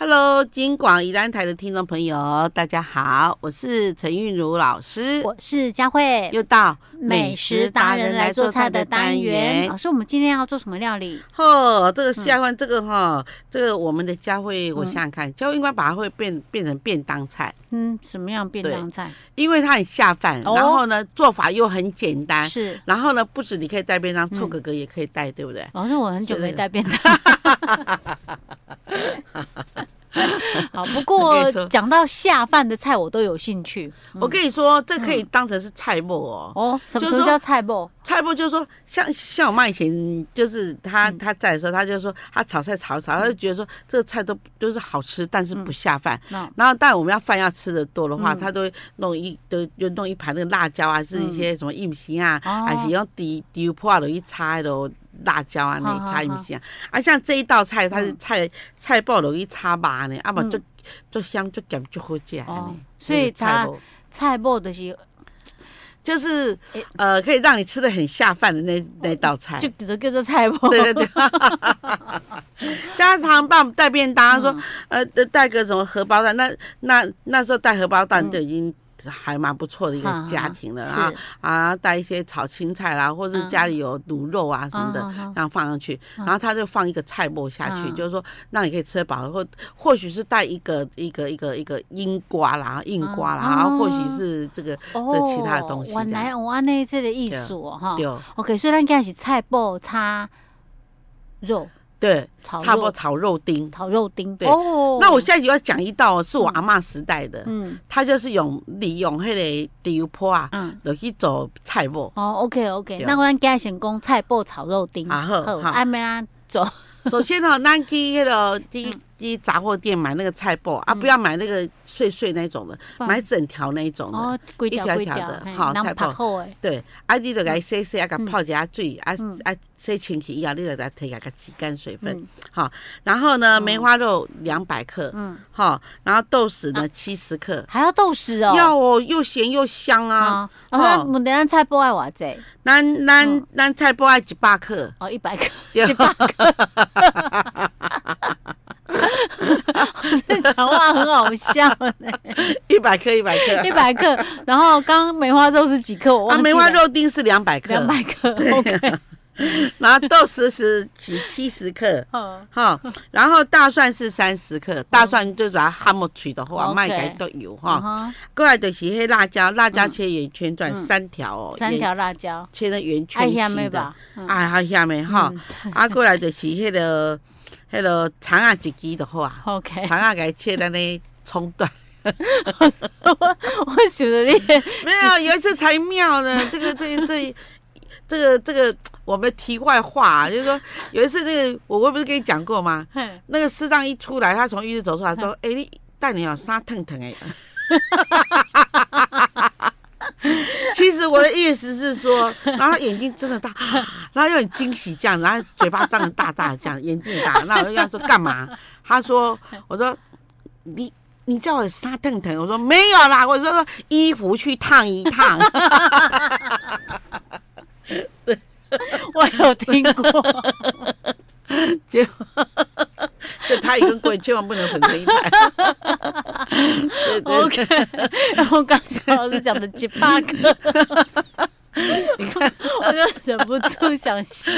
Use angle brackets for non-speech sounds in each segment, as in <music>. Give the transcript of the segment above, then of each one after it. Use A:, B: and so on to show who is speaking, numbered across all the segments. A: Hello，金广宜兰台的听众朋友，大家好，我是陈韵如老师，
B: 我是佳慧，
A: 又到
B: 美食达人来做菜的单元。老师，我们今天要做什么料理？
A: 哦，这个下饭，这个
B: 嗯
A: 哈，这个我们的佳慧，我想想看，佳慧应该把它会变变成便当菜，
B: 嗯，什么样便当菜？
A: 因为它很下饭，
B: 哦
A: 然后呢做法又很简单，
B: 是，嗯
A: 然后呢不止你可以带便当，臭哥哥也可以带，对不对？
B: 老师，我很久没带便当。好，不
A: 我跟
B: 过
A: 你说
B: 讲到下饭的菜，我都有兴趣。嗯
A: 我跟你说，这可以当成是菜末哦。
B: 哦，什么
A: 就是
B: 什么
A: 说
B: 叫菜不？
A: 菜不就是说，像像我妈以前就是她
B: 嗯
A: 她在的时候，她就说她炒菜炒一炒，她就觉得说这个菜都就是好吃，但是不下饭。
B: 那
A: 然后，但我们要饭要吃的多的话，
B: 嗯
A: 她都会弄一都就弄一盘那个辣椒啊，是一些什么硬皮啊，
B: 嗯哦
A: 还是用丢丢破了一擦的辣椒啊，那
B: 好
A: 一
B: 好
A: 擦硬皮啊。啊，像这一道菜，
B: 嗯
A: 它是菜菜爆容易擦麻呢，啊不就就香就咸就好吃的
B: 哦
A: 呢。
B: 所以
A: 那个哎菜
B: 它
A: 脯
B: 菜不就是
A: 就是
B: 诶哦
A: 呃，可以让你吃的很下饭的那那道菜
B: 就。就叫做菜不？
A: 哎对对
B: <laughs>
A: 对，加旁帮我们带便当，他
B: 嗯
A: 说、呃带个什么荷包蛋，那那那时候带荷包蛋就已经。还蛮不错的一个家庭了，然后
B: 是
A: 啊带一些炒青菜啦，或是
B: 嗯
A: 家里有卤肉啊什么的，
B: 嗯嗯嗯
A: 然后放上去，然后他就放一个菜末下去，
B: 嗯
A: 就是说让你可以吃得饱，或或许是带一个一个一个一个樱瓜啦、硬瓜啦，
B: 嗯
A: 然后或许是这个这其他的东西这样
B: 哦
A: 啊
B: 原来我按那这个艺术哦哈。
A: 丢
B: OK，所以咱今天是菜脯叉肉
A: 对，
B: 炒
A: 差不多
B: 肉
A: 炒肉丁。
B: 炒肉丁。
A: 对
B: 哦
A: 那我下一集要讲一道是我阿嬷时代的，
B: 嗯
A: 他就是用利用迄个地油坡啊，
B: 嗯。，
A: 落去做菜末
B: <laughs> 哦，OK OK，
A: 对
B: 那我咱今日先讲菜脯炒肉丁，
A: 啊好好
B: 安咩啦做？
A: 首先呢、咱去迄、个去
B: 嗯
A: 去杂货店买那个菜脯啊，不要买那个碎碎那种的，
B: 嗯
A: 买整条那一种的。
B: 哦，规条
A: 一条
B: 规
A: 条
B: 条
A: 的，
B: 嘿
A: 好
B: 人
A: 菜脯
B: 拍好诶，
A: 对，啊，你就该洗洗啊，甲
B: 嗯
A: 泡一下水，啊
B: 嗯
A: 啊洗清洗以后，你就来摕下甲挤干水分，
B: 嗯
A: 好。然后呢，
B: 嗯
A: 梅花肉两百克，
B: 嗯，
A: 好，然后豆豉呢七十克，
B: 还要豆豉哦，
A: 要哦，又咸又香啊。
B: 啊，然后
A: 哦
B: 咱问题咱菜脯爱偌济？
A: 咱咱咱菜脯爱一百克，
B: 哦，一百克，
A: 对
B: 哦一百 <laughs> 克。我是讲话很好笑呢，
A: 一百克一百克。
B: 一百克。然后刚刚梅花肉是几 <laughs> 克？我忘
A: 啊，
B: 记了。
A: 梅花肉丁是两百克，
B: 两百克。OK，
A: 然后豆豉是七七十
B: <laughs>
A: 克，
B: 嗯
A: 哈，然后大蒜是三十克，大蒜就把它哈木取的话，
B: 哦 OK
A: 卖给都有哈。
B: 嗯哼
A: 过来就是黑辣椒，辣椒切圆圈转
B: 嗯
A: 三条哦，
B: 三
A: 圆
B: 条辣椒，
A: 切的圆圈
B: 爱香
A: 形
B: 妹
A: 的
B: 吧，？嗯
A: 啊，好下面哈
B: 嗯，
A: 啊，过来就是迄个迄个肠啊一支的
B: <laughs>
A: 话，
B: OK，
A: 肠啊给它切的呢冲断。
B: 我觉得你
A: 没有，有一次才妙呢。 <laughs> 这个，这个，这个，这个，这个，我们题外话、啊，就是说，有一次这个，我我不是跟你讲过吗？
B: 嘿
A: 那个师长一出来，他从浴室走出来，说：“哎、你带你有沙腾腾哎。” <laughs> 其实我的意思是说，然后他眼睛真的大， <gasps> 然后又很惊喜这样，然后嘴巴张得大大的这样，眼睛也大。那我就跟他说干嘛？他说：“我说你你叫我沙腾腾。”我说：“没有啦，我说衣服去烫一烫。 <laughs>
B: 我有听
A: <laughs>
B: 过，”
A: 结果，就他一根棍千万不能混成一台。 <laughs> 对对
B: OK，然后刚才老师讲的几巴克，我就忍不住想笑。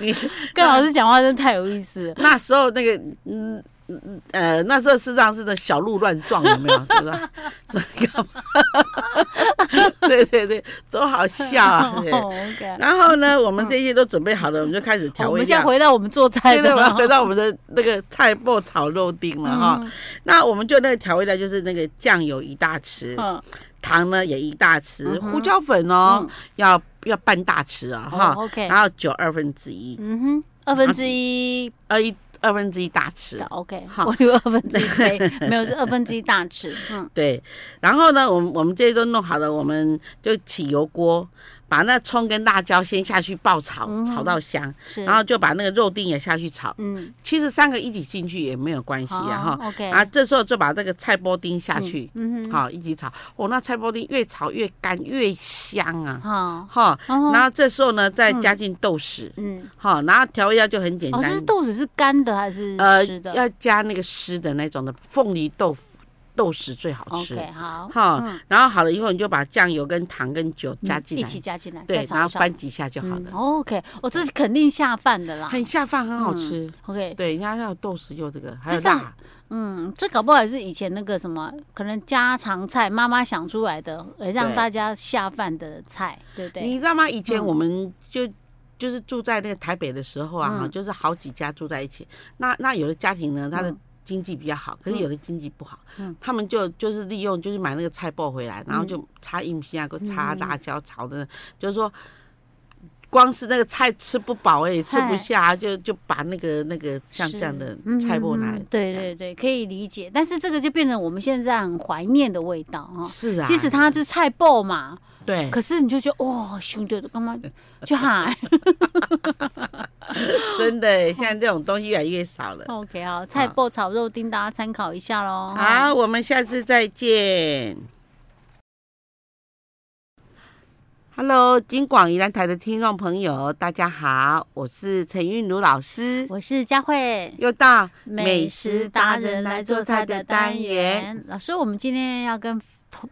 A: 你
B: 跟老师讲话真的太有意思了。
A: 那时候那个嗯。嗯呃，那时候市长是那小鹿乱撞，有
B: <laughs>
A: 没有？对吧？说干嘛？ <laughs> 对对对，多好笑
B: <laughs>
A: 啊！对。
B: 哦，OK
A: 然后呢，我们这些都准备好了，我们就开始调
B: 我
A: 味
B: 们现
A: 料
B: 在。回到我们做菜
A: 对对，
B: 的
A: 我们
B: 了，
A: 回到我们的那个菜脯炒肉丁了哈。
B: 嗯
A: 那我们就那个调味料就是那个酱油一大匙，
B: 嗯，
A: 糖呢也一大匙，
B: 嗯哼
A: 胡椒粉哦
B: 嗯
A: 要要半大匙啊
B: 哦
A: 哈，
B: ，OK
A: 然后酒二分之一，
B: 嗯哼，二分之一
A: 呃一二分之一大匙
B: 的 OK，
A: 好
B: 我以为二分之一杯，没有是二分之一大匙，嗯，
A: 对，然后呢，我们我们这些都弄好了，我们就起油锅，把那葱跟辣椒先下去爆炒，炒到香，
B: 是，
A: 然后就把那个肉丁也下去炒。
B: 嗯，
A: 其实三个一起进去也没有关系啊哈。
B: 哦，OK，
A: 啊，这时候就把那个菜包丁下去，
B: 嗯哼，
A: 好一起炒。哦，那菜包丁越炒越干越香啊，
B: 好，
A: 哈。然
B: 然
A: 后这时候呢，再加进豆豉，
B: 哦嗯，
A: 好，然后调味料就很简
B: 哦，这
A: 单
B: 是，豆子是干的还是
A: 呃
B: 湿，的
A: 要加那个湿的那种的凤梨豆腐豆豉最好吃。
B: ？OK，好，
A: 哈、
B: 嗯
A: 然后好了以后，你就把酱油跟糖跟酒加进
B: 一
A: 来，
B: 起加进来，
A: 对
B: 再，炒
A: 然后
B: 一下
A: 翻几下就好了，
B: 嗯 OK，哦，这是肯定下饭的啦。
A: 很下饭，很好吃。
B: OK，
A: 对，人家要有豆豉柚这个，还有
B: 嗯这像
A: 辣，
B: 嗯，这搞不好也是以前那个什么，可能家常菜妈妈想出来的，呃让
A: 对
B: 大家下饭的菜，对不对？
A: 你知道吗？以前
B: 嗯
A: 我们就。就是住在那个台北的时候啊，哈
B: 嗯
A: 就是好几家住在一起。那那有的家庭呢，他的
B: 嗯
A: 经济比较好，可是
B: 嗯
A: 有的经济不好，
B: 嗯
A: 他们就就是利用就是买那个菜包回来，然后就擦硬皮啊，给我擦辣椒炒的，就是说光是那个菜吃不饱哎、也吃不
B: 嗨
A: 下啊、就就把那个那个像这样的
B: 嗯
A: 菜包拿来
B: 嗯嗯。
A: 这
B: 对
A: 样
B: 对对，可以理解。但是这个就变成我们现在很怀念的味道啊。
A: 是啊，
B: 即使它就是菜爆嘛，
A: 对
B: 可是你就觉得哇，兄弟干嘛 <laughs> 就喊
A: <laughs> 真的耶，现在这种东西越来越少了。
B: ？OK，好，菜爆炒肉丁大家参考一下喽。
A: 好，我们下次再见。Hello，金广宜兰台的听众朋友，大家好，我是陈韵如老师，
B: 我是佳慧。
A: 又到
B: 美食达人来做菜的单元。老师，我们今天要跟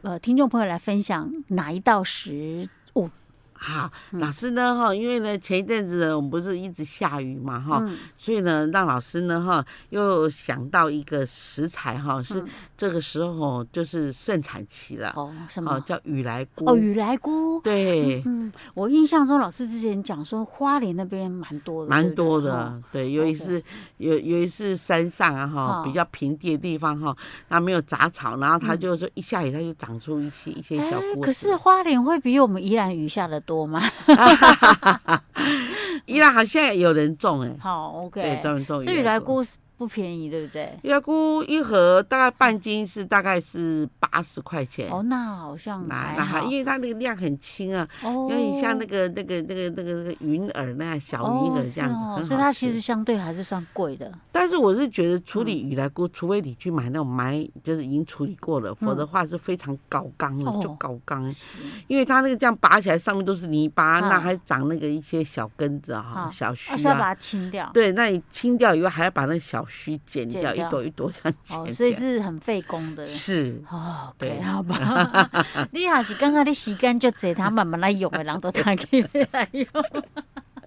B: 呃听众朋友来分享哪一道食？
A: 好，老师呢哈，因为呢前一阵子呢我们不是一直下雨嘛哈，
B: 嗯，
A: 所以呢让老师呢哈又想到一个食材哈，是
B: 嗯
A: 这个时候就是盛产期了，
B: 哦，什
A: 哦
B: 么？
A: 叫雨来菇，
B: 哦，雨来菇。
A: 对，
B: 嗯，我印象中老师之前讲说花莲那边蛮多的，对
A: 蛮
B: 不对
A: 多。
B: 哦
A: 的，对，尤其是有尤其是山上啊哈，
B: 哦
A: 比较平地的地方哈，那没有杂草，然后它
B: 嗯
A: 就说一下雨它就长出一些一些
B: 哎
A: 小菇子。
B: 可是花莲会比我们宜兰雨下的多吗？
A: 依然好像有人种哎，
B: 好
A: 对，
B: ，OK。
A: 专门种
B: 这雨来。菇是不便宜，对不对？
A: 雨来菇一盒大概半斤是大概是八十块钱，
B: 哦，那好像
A: 那
B: 还
A: 那还
B: 好
A: 因，为它那个量很轻啊，
B: 哦
A: 有点像那个那个那个那个那个云耳那样小云耳这样子，很
B: 哦是哦
A: 好
B: 所以它其
A: 吃
B: 实相对还是算贵的。
A: 但是我是觉得
B: 嗯
A: 处理雨来菇，除非你去买那种买就是已经处理过了，否则的话是非常高刚的，
B: 嗯哦
A: 就高刚，因为它那个这样拔起来上面都是泥巴，
B: 嗯
A: 那还长那个一些小根子哈、
B: 嗯
A: 小
B: 啊，
A: 须
B: 是要
A: 啊。
B: 把它清掉。
A: 对，那你清掉以后，还要把那小须剪掉，
B: 剪掉
A: 一朵一朵这样剪
B: 哦，
A: 掉。
B: 所以是很费工的。
A: <laughs> 是
B: 哦，
A: 对
B: 对，好吧。
A: <laughs>
B: <laughs> 你也是刚刚你时间就坐，他慢慢来用的，人都打开来用。
A: 真的
B: <laughs> 老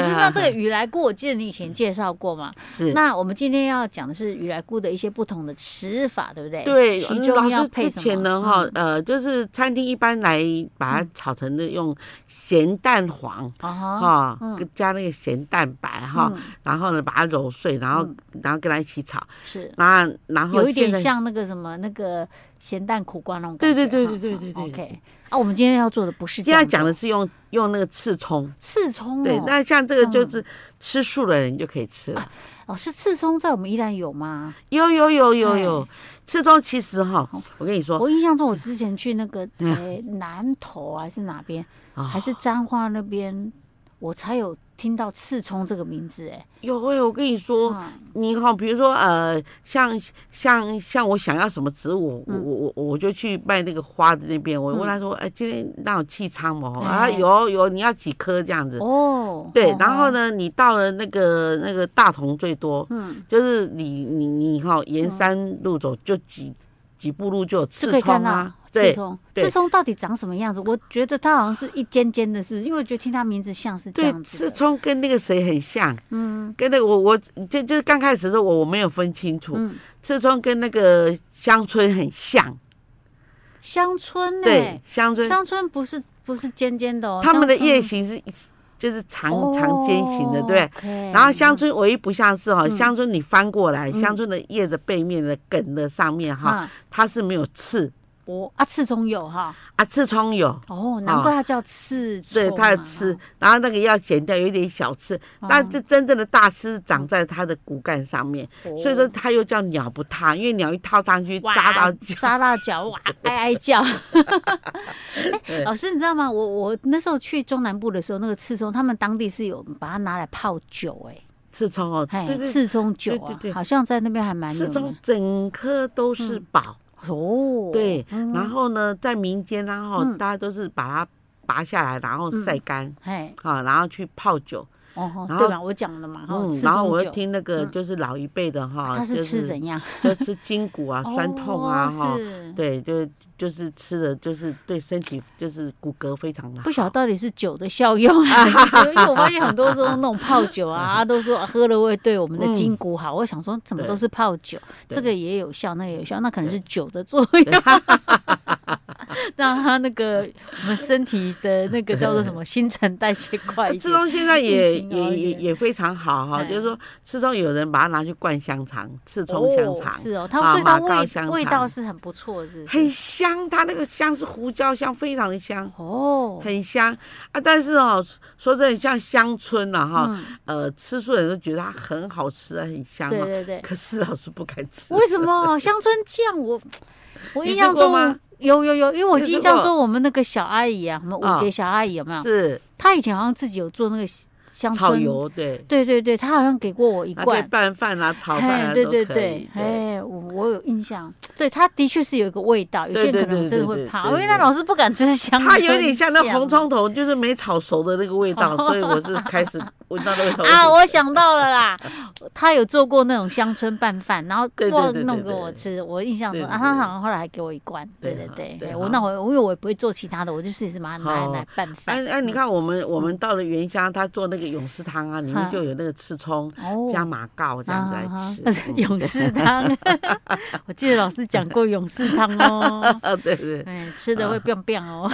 B: 师，
A: 啊。
B: 那这个雨来菇，我记得你以前介绍过嘛？
A: <laughs> 是
B: 那我们今天要讲的是雨来菇的一些不同的吃法，对不对？
A: 对，
B: 其
A: 老
B: 中要
A: 师
B: 配
A: 之
B: 什么？嗯
A: 前呢哈，呃，就是餐厅一般来把它炒成的用咸蛋黄
B: 嗯，啊
A: 哈
B: 嗯，
A: 加那个咸蛋白
B: 哈
A: 哈，，然后呢，把它揉碎，然后、然后跟它一起炒，
B: 是
A: 然后然后
B: 嗯有一点
A: 现在
B: 像那个什么那个咸蛋苦瓜那种感
A: 对
B: 觉。
A: 对对
B: 哈
A: 对对对
B: 哈
A: 对
B: OK，啊，我们今天要做的不是这
A: 现
B: 样
A: 在
B: 子
A: 讲的是用用那个刺葱，
B: 刺葱哦，
A: 对，那像这个就是吃素的人就可以吃
B: 啊
A: 了。
B: 老师刺葱在我们依然有吗？
A: 有有有有有，刺葱其实哈，我跟你说
B: 哎我印象中，我之前去那个诶、南投还是哪边，
A: 啊
B: 还，是彰化那边，我才有听到刺葱这个名字、诶，
A: 有哎，我跟你说，
B: 哎、
A: 你哈，比如说呃，像像像我想要什么植物，
B: 嗯
A: 我我我我就去卖那个花的那边，我问他说，哎，今天那有气仓吗？啊，
B: 哎
A: 有有，你要几颗这样子
B: 嗯，？哦，
A: 对
B: 哦，
A: 然后？呢，你到了那个那个大同最多，
B: 嗯，
A: 就是你你你哈，沿山路走就几几步路就有
B: 就哦可
A: 刺
B: 以看
A: 葱
B: 到
A: 啊，
B: 刺
A: 对
B: 葱，
A: 对
B: 刺葱到底长什么样子？我觉得它好像是一尖尖的，是不是？因为我觉得听它名字像是这
A: 对，
B: 样子
A: 刺
B: 的。
A: 葱跟那个谁很像，
B: 嗯
A: 跟那个我我就就是刚开始的时候我我没有分清楚，
B: 嗯，
A: 刺葱跟那个香椿很像，
B: 乡村呢、
A: 对，香椿
B: 乡村不是不是尖尖的哦，
A: 它们的叶
B: 子
A: 形是就是长
B: 哦
A: 长尖形的，对。然
B: 然
A: 后乡村唯一不像是哦，
B: 嗯
A: 乡村你翻过来，
B: 嗯
A: 乡村的叶的背面的梗的上面哈，它是没有刺，
B: 哦啊，刺葱有哈，
A: 啊，刺葱有，
B: 哦，难怪它叫刺葱
A: 啊对，
B: 啊，
A: 它的刺，然后那个要剪掉，有一点小刺，
B: 哦
A: 但这真正的大刺长在它的骨干上面，
B: 哦，
A: 所以说它又叫鸟不踏，因为鸟一踏上去
B: 哇
A: 扎到脚。
B: 扎到脚，
A: <laughs>
B: 哇，哀哀叫。 <laughs> 哎，老师，你知道吗？我我那时候去中南部的时候，那个刺葱，他们当地是有把它拿来泡酒、
A: 刺葱哦，
B: 哎，
A: 对
B: 哎，
A: 对，
B: 刺葱酒
A: 对
B: 啊
A: 对对，
B: 好像在那边还蛮有
A: 刺葱
B: 名
A: 整颗都是宝，
B: 哦。
A: 对。
B: 嗯
A: 然后呢，在民间然后
B: 嗯
A: 大家都是把它拔下来，然后晒干
B: 哎，
A: 啊，然后去泡酒。
B: 哦吼，
A: 然后
B: 对吧？我讲了嘛，哈，
A: 嗯
B: 哦刺，
A: 然后
B: 葱
A: 我又
B: 酒，
A: 听那个
B: 嗯
A: 就是老一辈的哈，
B: 它
A: 就是
B: 吃怎样？
A: 就吃筋骨
B: <laughs>
A: 啊、酸痛啊
B: 哦
A: 哈，
B: 是。
A: 对，就就是吃的就是对身体就是骨骼非常的好
B: 不晓得到底是酒的效 <laughs> 用还是什么，因为我发现很多时候那种泡酒
A: 嗯
B: 啊，都说喝了会对我们的筋骨好。我想说，怎么都是泡酒，
A: 对
B: 这个也有效，那个也有效，那可能是酒的作用， <laughs> 让它那个我们身体的那个叫做什么新陈代谢
A: <laughs>
B: 快一
A: 刺
B: 点。
A: 葱现在也
B: 运行哦
A: 也也
B: 也
A: 也非常好哈，
B: 哎
A: 就是说刺葱有人把它拿去灌香肠，刺葱香肠
B: 哦、是哦，它
A: 啊
B: 所以它
A: 马告
B: 味、
A: 香肠
B: 味道是很不错，是不
A: 很
B: 是？
A: 香，它那个香是胡椒香，非常的香，
B: 哦，
A: 很香啊。但是哦，说真的，像香椿了哈，
B: 嗯，
A: 呃，吃素的人都觉得它很好吃啊，很香
B: 对
A: 啊，
B: 对对。
A: 可是老师不敢吃。
B: 为什么 <laughs> 乡村酱我我
A: 你
B: 印
A: 吃
B: 象
A: 过
B: 中
A: 吗
B: 有有有，因为我
A: 你吃
B: 印象
A: 过
B: 中我们那个小阿姨啊，我们
A: 啊
B: 五姐小阿姨有没有？
A: 是
B: 她以前好像自己有做那个乡
A: 炒
B: 村，
A: 油对，
B: 对对对，她好像给过我一
A: 那可以
B: 罐。
A: 拌饭啊、炒饭
B: 哎
A: 啊，
B: 对
A: 都
B: 对
A: 可以
B: 对，。哎，我我有印象，对，它的确是有一个味道，有些
A: 对对
B: 人可能
A: 对
B: 真的
A: 对
B: 会
A: 对
B: 怕，
A: 对
B: 因为
A: 对
B: 那老是不敢吃乡村
A: 它有点像那
B: 酱
A: 红葱头，就是没炒熟的那个味道，所以我
B: <laughs>
A: 是开始闻到那个味道。
B: 啊，我想到了啦，他有做过那种乡村拌饭，然后
A: 对对
B: 过
A: 对对
B: 弄给
A: 对
B: 我吃，我印象中
A: 对对
B: 啊，
A: 对
B: 他好像后来还给我一罐，对
A: 对
B: 对
A: 哈
B: 对，
A: 对
B: 哎
A: 哈
B: 我那我因为我也不会做其他的，我就是是把它拿来
A: 好
B: 拿来拌
A: 哎
B: 饭。
A: 哎，你看我们我们到了原乡，他做那个勇士汤啊，里
B: 啊
A: 面就有那个刺葱
B: 哦
A: 加马告这样子来
B: 啊
A: 吃
B: <laughs>
A: 嗯
B: 啊啊。勇士汤， <laughs> 我记得老师讲过勇士汤哦，
A: 嗯对对，
B: 哎，吃的会变变
A: <laughs>
B: 哦，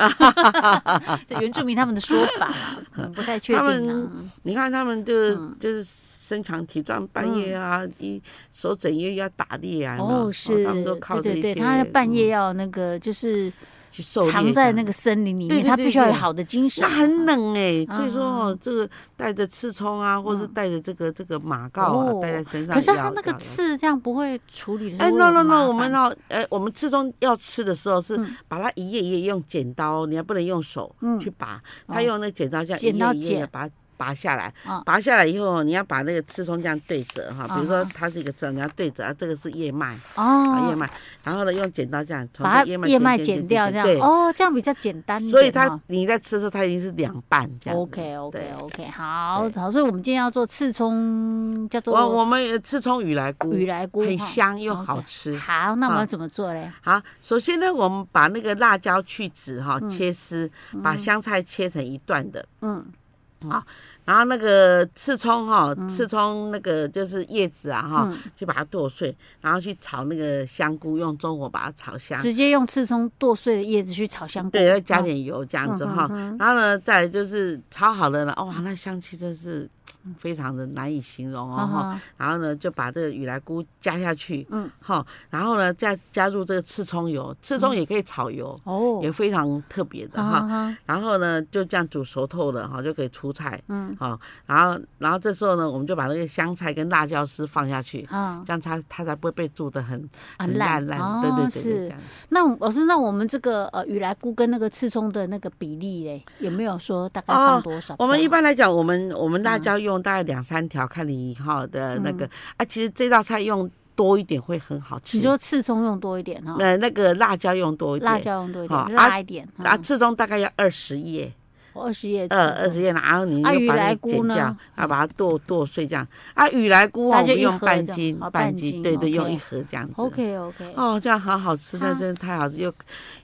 B: 这原住民他们的说法啦，嗯不太确
A: 他
B: 定
A: 们
B: 啊。
A: 你看他们就是
B: 嗯
A: 就是身强体壮，半夜啊一手整夜要打猎啊，有没有
B: 哦，是，
A: 他们都靠这
B: 对对对，
A: 些
B: 他半夜
A: 嗯
B: 要那个就是
A: 去狩猎
B: 藏在
A: 这
B: 那
A: 样
B: 个森林里
A: 对
B: 面，
A: 对
B: 他
A: 对
B: 必须要有
A: 对
B: 好的精神
A: 那
B: 啊。
A: 很冷哎、
B: 啊
A: 所以说哦，这个带着刺葱啊，或是带着这个这个马告啊
B: 嗯哦，
A: 带在身上。
B: 可是他
A: 要
B: 那个，
A: 要
B: 刺这样不会处理的时
A: 哎
B: 候会
A: ，no
B: 有
A: no no，
B: 麻烦
A: 我们要，呃，我们刺葱要吃的时候是
B: 嗯
A: 把它一页一页用剪刀，你还不能用手去拔，他用那剪刀这样
B: 哦剪
A: 一
B: 刀
A: 页一页
B: 剪
A: 的拔拔下来
B: 嗯。
A: 拔下来以后，你要把那个刺葱这样对折哈，比如
B: 啊
A: 说
B: 哈
A: 它是一个刺葱，你要对折，啊，这个是叶脉啊，叶
B: 哦，
A: 脉，然后呢用剪刀这样从
B: 把
A: 这
B: 它叶脉
A: 剪
B: 剪掉这样
A: 对，
B: 哦，这样比较简单一点哈。哦
A: 所以它你在吃的时候它已经是两半这样子。
B: OK OK
A: 对
B: OK 好好，所以我们今天要做刺葱，叫
A: 我
B: 做
A: 我们也吃葱雨来菇，
B: 雨来菇，
A: 很
B: 哈。
A: 香又
B: OK
A: 好吃。
B: 好，那我
A: 啊
B: 们要怎么做嘞？
A: 好，首先呢，我们把那个辣椒去籽哈、切丝，把香菜切成一段的，
B: 嗯，
A: 然后那个刺葱哈、刺葱那个就是叶子啊哈、
B: 嗯
A: 就把它剁碎，然后去炒那个香菇，用中火把它炒香。
B: 直接用刺葱剁碎的叶子去炒香菇，
A: 对，再加
B: 哦
A: 点油这样子
B: 嗯
A: 哈、
B: 嗯
A: 然后呢，再来就是炒好了呢，哇，那香气真是非常的难以形容哦
B: 哈
A: 哈、
B: 哈，
A: 然后呢，就把这个雨来菇加下去，
B: 嗯
A: 嗯，好，然后呢，再加入这个刺葱油，刺
B: 嗯
A: 葱也可以炒油，
B: 哦
A: 也，非常特别的
B: 啊
A: 哈。
B: 哈，
A: 然后呢，就这样煮熟透了哈，就可以出菜，
B: 嗯，
A: 好，然后然后这时候呢，我们就把那个香菜跟辣椒丝放下去，
B: 啊，
A: 这样它它才不会被煮的很
B: 很烂，
A: 烂，对对
B: 哦
A: 对对，这
B: 是
A: 样。
B: 那我老师，那我们这个呃雨来菇跟那个刺葱的那个比例嘞，有没有说大概放
A: 哦
B: 多少这样啊？
A: 我们一般来讲，我们我们辣椒用大概两三条，看你哈的那个啊，其实这道菜用多一点会很好吃。
B: 嗯你说刺葱用多一点哈，
A: 呃那个辣椒用多一点，
B: 辣椒嗯用多一
A: 好
B: 点，
A: 啊
B: 辣一点
A: 啊，刺葱大概要二十叶，
B: 二十叶刺
A: 呃，二十
B: 葱，
A: 叶，然后你
B: 啊
A: 就
B: 雨
A: 把它
B: 来
A: 剪
B: 菇呢
A: 掉，然后把它剁剁碎这样。啊，雨来菇啊，
B: 那
A: 我
B: 就
A: 们
B: 一
A: 用
B: 盒
A: 半
B: 这样
A: 斤
B: 哦，半
A: 半
B: 斤
A: 斤，对对，
B: ，OK
A: 用一盒这样子。
B: OK OK。
A: 哦，这样好好吃，那
B: 啊
A: 真的太好吃，又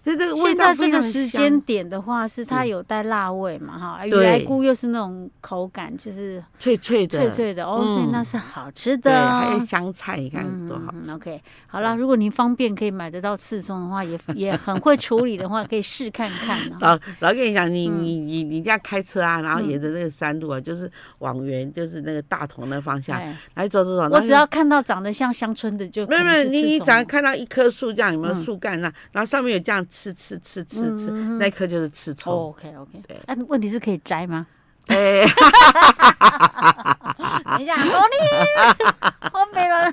A: 这这个味
B: 现
A: 道
B: 在
A: 非
B: 这
A: 常
B: 个
A: 香
B: 时间点的话，是它
A: 是
B: 有带辣味嘛哈，啊雨
A: 对
B: 来菇又是那种口感，就是
A: 脆脆的，
B: 脆脆的哦，
A: 嗯
B: 所以那是好吃
A: 对，
B: 的
A: 还有
B: 哦。
A: 香菜，你看多好。
B: 嗯，OK，好啦，如果您方便可以买
A: <laughs>
B: 得到刺葱的话，也也很会处理的话，可以试看看啊。嗯
A: 老老跟你讲，你你你你你这样开车啊，然后沿着那个山路啊，就是往原就是那个大同的方向，
B: 哎
A: 来走走走，
B: 我
A: 然后
B: 只要看到长得像乡村的就
A: 没有没有，你你只要
B: 长
A: 看到一棵树这样，有没有
B: 嗯
A: 树干那，啊然后上面有这样刺刺刺刺刺，
B: 嗯嗯嗯
A: 那一棵就是刺葱。
B: OK OK，
A: 对
B: 哎，问题是可以摘吗？
A: 哎， <laughs> 啊
B: 等一下，我你
A: <laughs>
B: 我没了，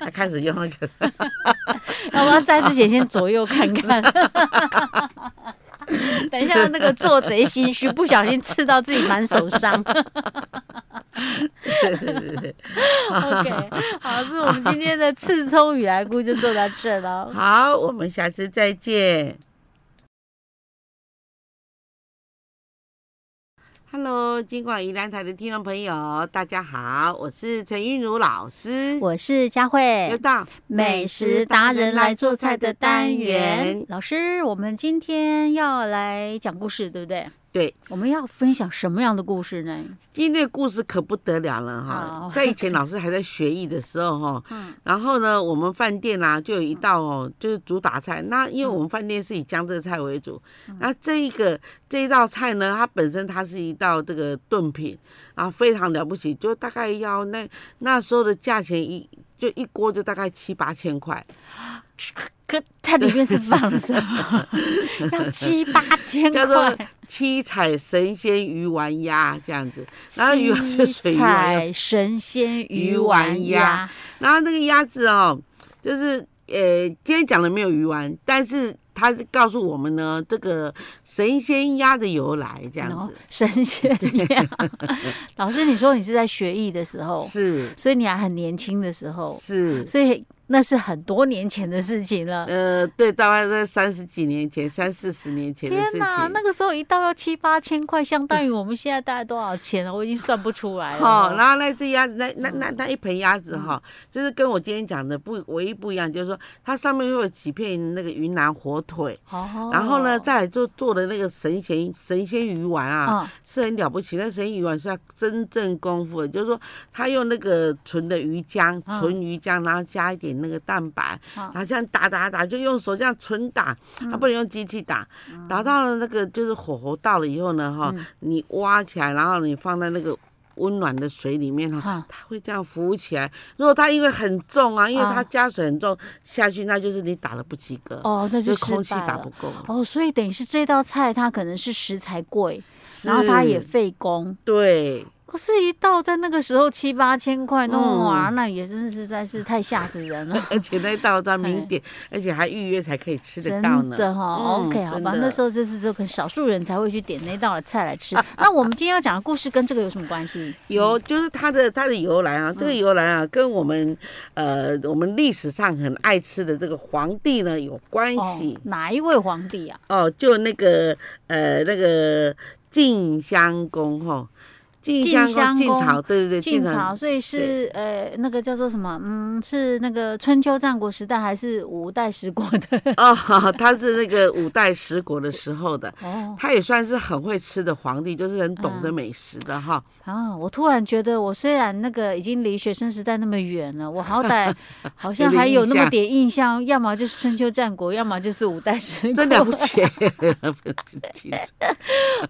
A: 他开始用那个，
B: 要不要摘之前先左右看看？ <laughs> 等一下，那个做贼心虚，不小心刺到自己满手
A: <laughs>
B: 伤。
A: 对对对对。
B: OK，好，是我们今天的刺葱与来菇就做到这儿了。
A: <laughs> 好，我们下次再见。Hello，金广宜兰台的听众朋友，大家好，我是陈韵如老师。
B: 我是佳慧，
A: 又到
B: 美食达人来做菜的单元。。老师，我们今天要来讲故事，对不对？
A: 对，
B: 我们要分享什么样的故事 <laughs> 呢？
A: 今天的故事可不得了了哈
B: 好！
A: 在以前老师还在学艺的时候哈，
B: <laughs> 嗯
A: 然后呢，我们饭店啊就有一道哦，就是主打菜。那
B: 嗯
A: 因为我们饭店是以江浙菜为主，那这一个这一道菜呢，它本身它是一道这个炖品啊，非常了不起，就大概要那那时候的价钱一就一锅就大概七八千块，
B: 可它里面是放了什么？要七八 <laughs> 千
A: 叫做
B: 块，
A: 七彩神仙鱼丸鸭这样子。然后鱼丸就水
B: 七
A: 鱼丸要
B: 彩神仙鱼
A: 鱼丸
B: 丸
A: 鸭
B: 鸭，
A: 然后那个鸭子哦，就是呃，今天讲的没有鱼丸，但是他告诉我们呢，这个神仙鸭的由来这
B: 然
A: 样
B: 后
A: 子。
B: 神仙鸭。 <laughs> 老师，你说你是在学艺的时候，
A: 是
B: 所以你还很年轻的时候，
A: 是，
B: 所以那是很多年前的事情了。
A: 呃，对，大概在三十几年前、三四十年前的事
B: 天哪，
A: 情。
B: 那个时候一道要七八千块，相当于我们现在大概多少钱了？我已经算不出来了。
A: <laughs> 好、哦然后那只鸭子，那那那那一盆鸭子
B: 嗯
A: 哈、就是跟我今天讲的不唯一不一样，就是说它上面会有几片那个云南火腿，
B: 哦
A: 然后呢，再来就做的那个神仙神仙鱼丸啊，
B: 嗯
A: 是很了不起，那神鱼丸是他真正功夫的，就是说他用那个纯的鱼浆，
B: 嗯
A: 纯鱼浆，然后加一点那个蛋白，
B: 嗯
A: 然后这样打打打，就用手这样纯打，他不能用机器打，
B: 嗯
A: 打到了那个就是火候到了以后呢，哈，你挖起来，然后你放在那个。温暖的水里面哈
B: 嗯，
A: 它会这样浮起来。如果它因为很重啊，因为它
B: 嗯
A: 加水很重下去，那就是你打的不及格，
B: 哦，那
A: 就是是空气
B: 失败
A: 打
B: 了
A: 不够。
B: 哦，所以等于是这道菜它可能是食材贵，然后它也
A: 是
B: 费工。
A: 对，。
B: 可是，一道在那个时候七八千块弄哇，那也真的实在是太吓死人了
A: 而且那道在名点，而且还预约才可以 <laughs> 吃得
B: 哎真
A: 到呢。
B: 的哈、
A: 嗯
B: o k 好吧，
A: 真的
B: 那时候就是这个少数人才会去点那道的菜
A: <laughs>
B: 来吃。那我们今天要讲的故事跟这个有什么关系？
A: 有就是它的它的由来
B: 嗯
A: 啊，这个由来啊，跟我们呃我们历史上很爱吃的这个皇帝呢有关系
B: 哦，哪一位皇帝啊？
A: 哦就那个呃那个晋襄公哈，晋襄
B: 晋襄
A: 公晋
B: 公
A: 朝，对对对，
B: 晋朝，。所以是呃那个叫做什么？嗯，是那个春秋战国时代还是五代十国的？
A: <laughs>
B: <laughs>
A: 哦，他是那个五代十国的时候的，
B: 哦
A: 他也算是很会吃的皇帝，就是很懂得
B: 嗯
A: 美食的哈。
B: <laughs> 啊！我突然觉得，我虽然那个已经离学生时代那么远了，我好
A: <laughs>
B: 歹好像还有那么点印象，要么就是春秋战国，要么就是五代十国
A: 真。了不起， <laughs>
B: <laughs>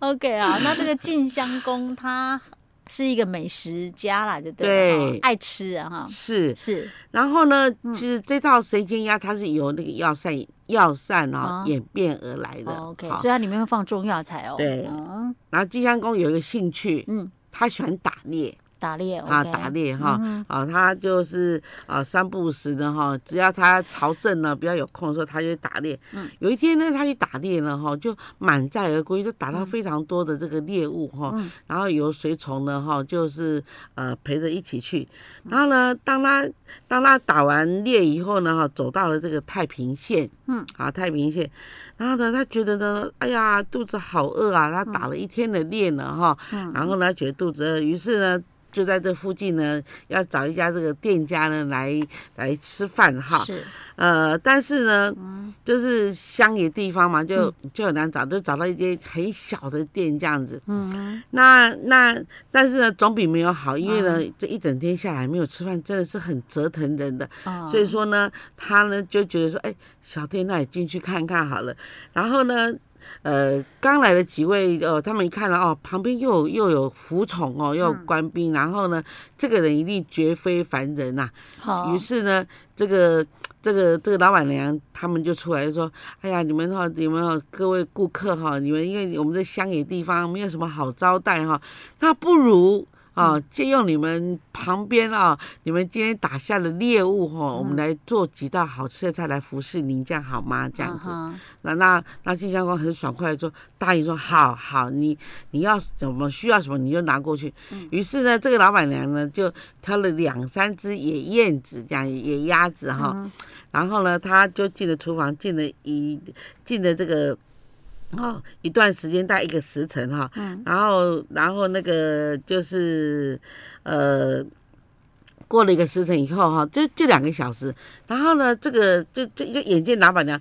B: OK 啊，那这个晋襄公他是一个美食家啦，就对了
A: 对
B: 哈爱吃啊哈，
A: 是。
B: 是
A: 然后呢，
B: 嗯
A: 其实这套神仙鸭它是由那个药膳药膳啊
B: 啊
A: 演变而来的。
B: 哦 OK，
A: 好
B: 所以它里面会放中药材哦。
A: 对
B: 嗯
A: 然后晋襄公有一个兴趣，
B: 嗯，
A: 他喜欢打猎
B: 打猎
A: 啊，
B: ，OK，
A: 打猎哈
B: 嗯
A: 啊，他就是啊三不五时的哈，只要他朝政呢比较有空的时候，他就打猎。
B: 嗯
A: 有一天呢，他去打猎呢哈，就满载而归，就打到非常多的这个猎物哈。
B: 嗯
A: 然后由随从呢，哈，就是呃陪着一起去。
B: 嗯
A: 然后呢，当他当他打完猎以后呢，哈，走到了这个太平县，
B: 嗯，
A: 啊太平县。然后呢，他觉得呢，哎呀，肚子好饿啊，他打了一天的猎呢，哈，
B: 嗯
A: 然后呢觉得肚子饿，于是呢。就在这附近呢，要找一家这个店家呢来来吃饭哈。
B: 是嗯
A: 呃，但是呢，就是乡野地方嘛，就就很难找，就找到一间很小的店这样子。
B: 嗯。
A: 那那但是呢，总比没有好，因为呢，
B: 嗯
A: 这一整天下来没有吃饭，真的是很折腾人的。
B: 啊
A: 所以说呢，他呢就觉得说，哎，小店那也进去看看好了。然后呢，呃，刚来的几位呃，他们一看了哦，旁边又有又有服从哦，又有官兵，然后呢，这个人一定绝非凡人啊呐、
B: 好
A: 于，是呢，这个这个这个老板娘他们就出来说：“哎呀，你们哈，你们哈，各位顾客哈，你们因为我们在乡野地方没有什么好招待哈，那不如。”啊，
B: 嗯
A: 借用你们旁边啊，你们今天打下的猎物哈、我
B: 嗯
A: 们来做几道好吃的菜来服侍您，这样好吗？这样子，
B: 嗯哼 <laughs>
A: 那那那晋襄公很爽快的说，答应说好好，你你要什么需要什么你就拿过去。于是呢，这个老板娘呢就挑了两三只野燕子，这样野鸭子哈，然后呢，她就进了厨房，进了一进了这个。哦，一段时间大概一个时辰哈，然后然后那个就是，呃，过了一个时辰以后哈，就就两个小时，然后呢，这个就就就眼见老板娘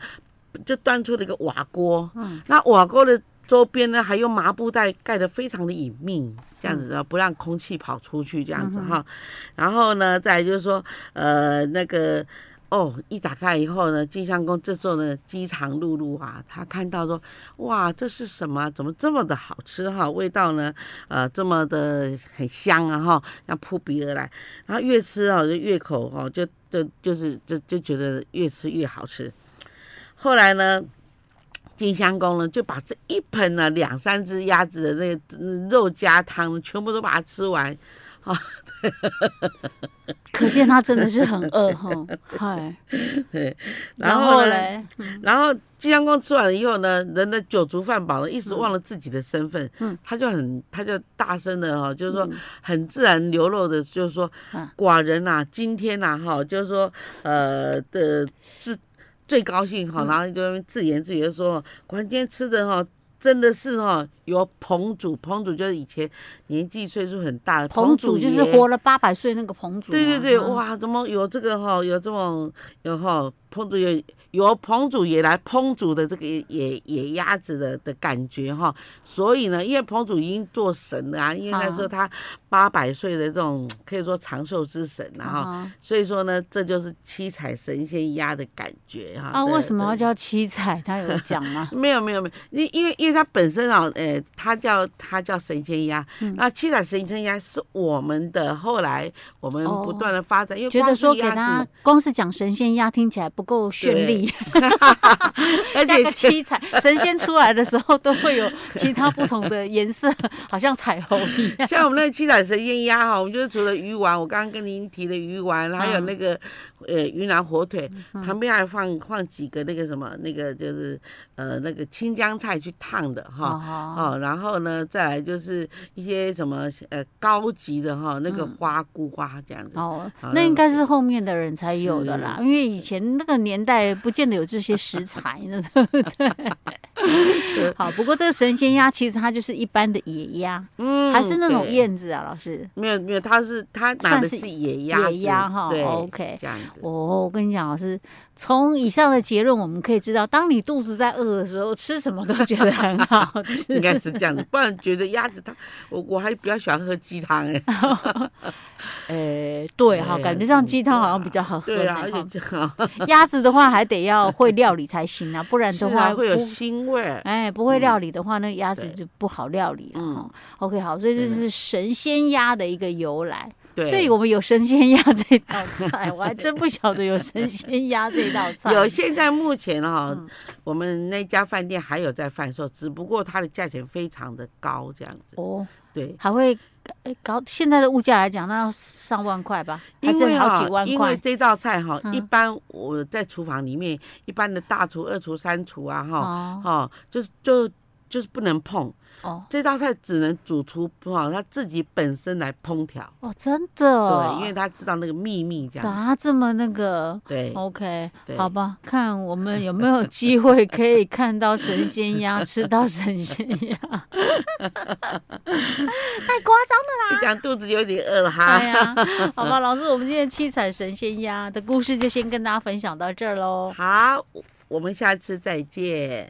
A: 就端出了一个瓦锅，嗯，那瓦锅的周边呢还用麻布袋盖得非常的隐密，这样子的、不让空气跑出去，这样子哈。然后呢，再来就是说，呃，那个。哦，一打开以后呢，晋襄公这时候呢饥肠辘辘啊，他看到说，哇，这是什么？怎么这么的好吃哈、味道呢，呃，这么的很香啊哈，那扑鼻而来。然后越吃哦，就越口哦，就就就是就就觉得越吃越好吃。后来呢，金襄公呢就把这一盆呢两三只鸭子的那个嗯肉加汤全部都把它吃完。
B: 可见他真的是很饿哈，
A: <laughs>
B: 嗨，
A: 然后呢，
B: 嘞，
A: 然后金襄公吃完了以后呢，人的酒足饭饱了，一时忘了自己的身份，
B: 嗯
A: 他就很他就大声的哈、就是说很自然流露的，就是说、
B: 啊
A: 寡人呐、今天呐、哈，就是说呃的最最高兴
B: 嗯
A: 哈、然后就在那边自言自语地说，寡人今天吃的哈、真的是哈、由彭祖，彭祖就是以前年纪岁数很大的
B: 彭祖就是
A: 爷
B: 活了八百岁那个彭祖嘛，
A: 对对对，
B: 嗯，
A: 哇，怎么有这个哈、有这种有哈、烹煮也有烹煮也来烹煮的这个野野鸭子的的感觉哈、所以呢，因为彭祖已经做神了啊，因为那时候
B: 啊
A: 他八百岁的这种可以说长寿之神啊哈、
B: 啊
A: 所以说呢，这就是七彩神仙鸭的感觉哈、
B: 啊，
A: 对
B: 为什么
A: 对
B: 要叫七彩？他有讲
A: <laughs>？
B: 吗
A: 没有没有没有，因因为因为它本身啊，呃，它叫它叫神仙鸭，
B: 嗯
A: 那七彩神仙鸭是我们的后来我们
B: 哦
A: 不断的发展，因为
B: 觉
A: 光
B: 得
A: 是
B: 说给
A: 鸭
B: 他
A: 子，
B: 光是讲神仙鸭听起来不够绚丽，
A: <laughs> 而
B: <laughs> 加个
A: 且
B: 七彩，神仙出来的时候都会有其他不同的颜色， <laughs> 好像彩虹一
A: <laughs>
B: 样。
A: 像我们那个七彩神仙鸭哈，我们就是除了鱼丸，我刚刚跟您提的鱼丸，还有那个呃云南火腿，
B: 嗯
A: 旁边还放放几个那个什么那个就是呃那个青江菜去烫的哈。
B: 哦，
A: 哦，然后呢，再来就是一些什么呃高级的哈，那
B: 嗯
A: 个花菇花这样子。
B: 哦
A: 好，
B: 那
A: 那
B: 应该是后面的人才有的啦，因为以前那个年代不见得有这些食材
A: <laughs>
B: 呢，对不对？好，不过这个神仙鸭其实它就是一般的野鸭，
A: 嗯
B: 还是那种
A: 对
B: 燕子啊，老师。
A: 没有没有，他是他拿
B: 算
A: 的
B: 是
A: 是野鸭子，
B: 野鸭哈
A: 对
B: OK
A: 这样子。
B: 哦，我跟你讲，老师，从以上的结论我们可以知道，当你肚子在饿的时候，吃什么都觉得很好吃。
A: <laughs>
B: <laughs>
A: 应该是这样子，不然觉得鸭子汤，我我还比较喜欢喝鸡汤哎，
B: 诶、哎对哈，
A: 对
B: 感觉像
A: 嗯
B: 鸡汤好像
A: 对啊
B: 比较好喝
A: 对
B: 呢
A: 啊，而且
B: 哈。
A: <laughs> 这样
B: 鸭子的话还得要会料理才行啊，不然
A: 是
B: 的话
A: 啊，会有
B: 不
A: 腥味儿。
B: 哎，不会料理的话，那个鸭子
A: 嗯对
B: 就不好料理了
A: 嗯
B: 哈。OK，好，所以这
A: 对
B: 是神仙鸭的一个由来。
A: 对，
B: 所以我们有神仙鸭这道
A: <laughs>
B: 菜，我还真不晓得有神仙鸭这道菜。
A: 有现在目前哈、
B: 嗯
A: 我们那家饭店还有在贩售，只不过它的价钱非常的高，这样子。
B: 哦，
A: 对，
B: 还会哎搞现在的物价来讲，那要上万块吧，还
A: 因为
B: 是
A: 哈、
B: 好几万
A: 因为
B: 块。
A: 这道菜哈、
B: 嗯
A: 一般我在厨房里面，一般的大厨、二厨、三厨啊哈，
B: 哦
A: 哦，就是就就是不能碰
B: 哦
A: 这道菜，只能主厨哈、他自己本身来烹调，
B: 哦，真的，
A: 对，因为他知道那个秘密这样，
B: 咋这么那个？
A: 对，
B: OK，
A: 对
B: 啊哦好吧，看我们有没有机会可以看到神仙鸭，吃到神仙鸭，太夸张了！
A: 一讲肚子有点饿了哈
B: 哎。呀，好吧，老师，我们今天七彩神仙鸭的故事就先跟大家分享到这儿喽。
A: 好，我我们下次再见。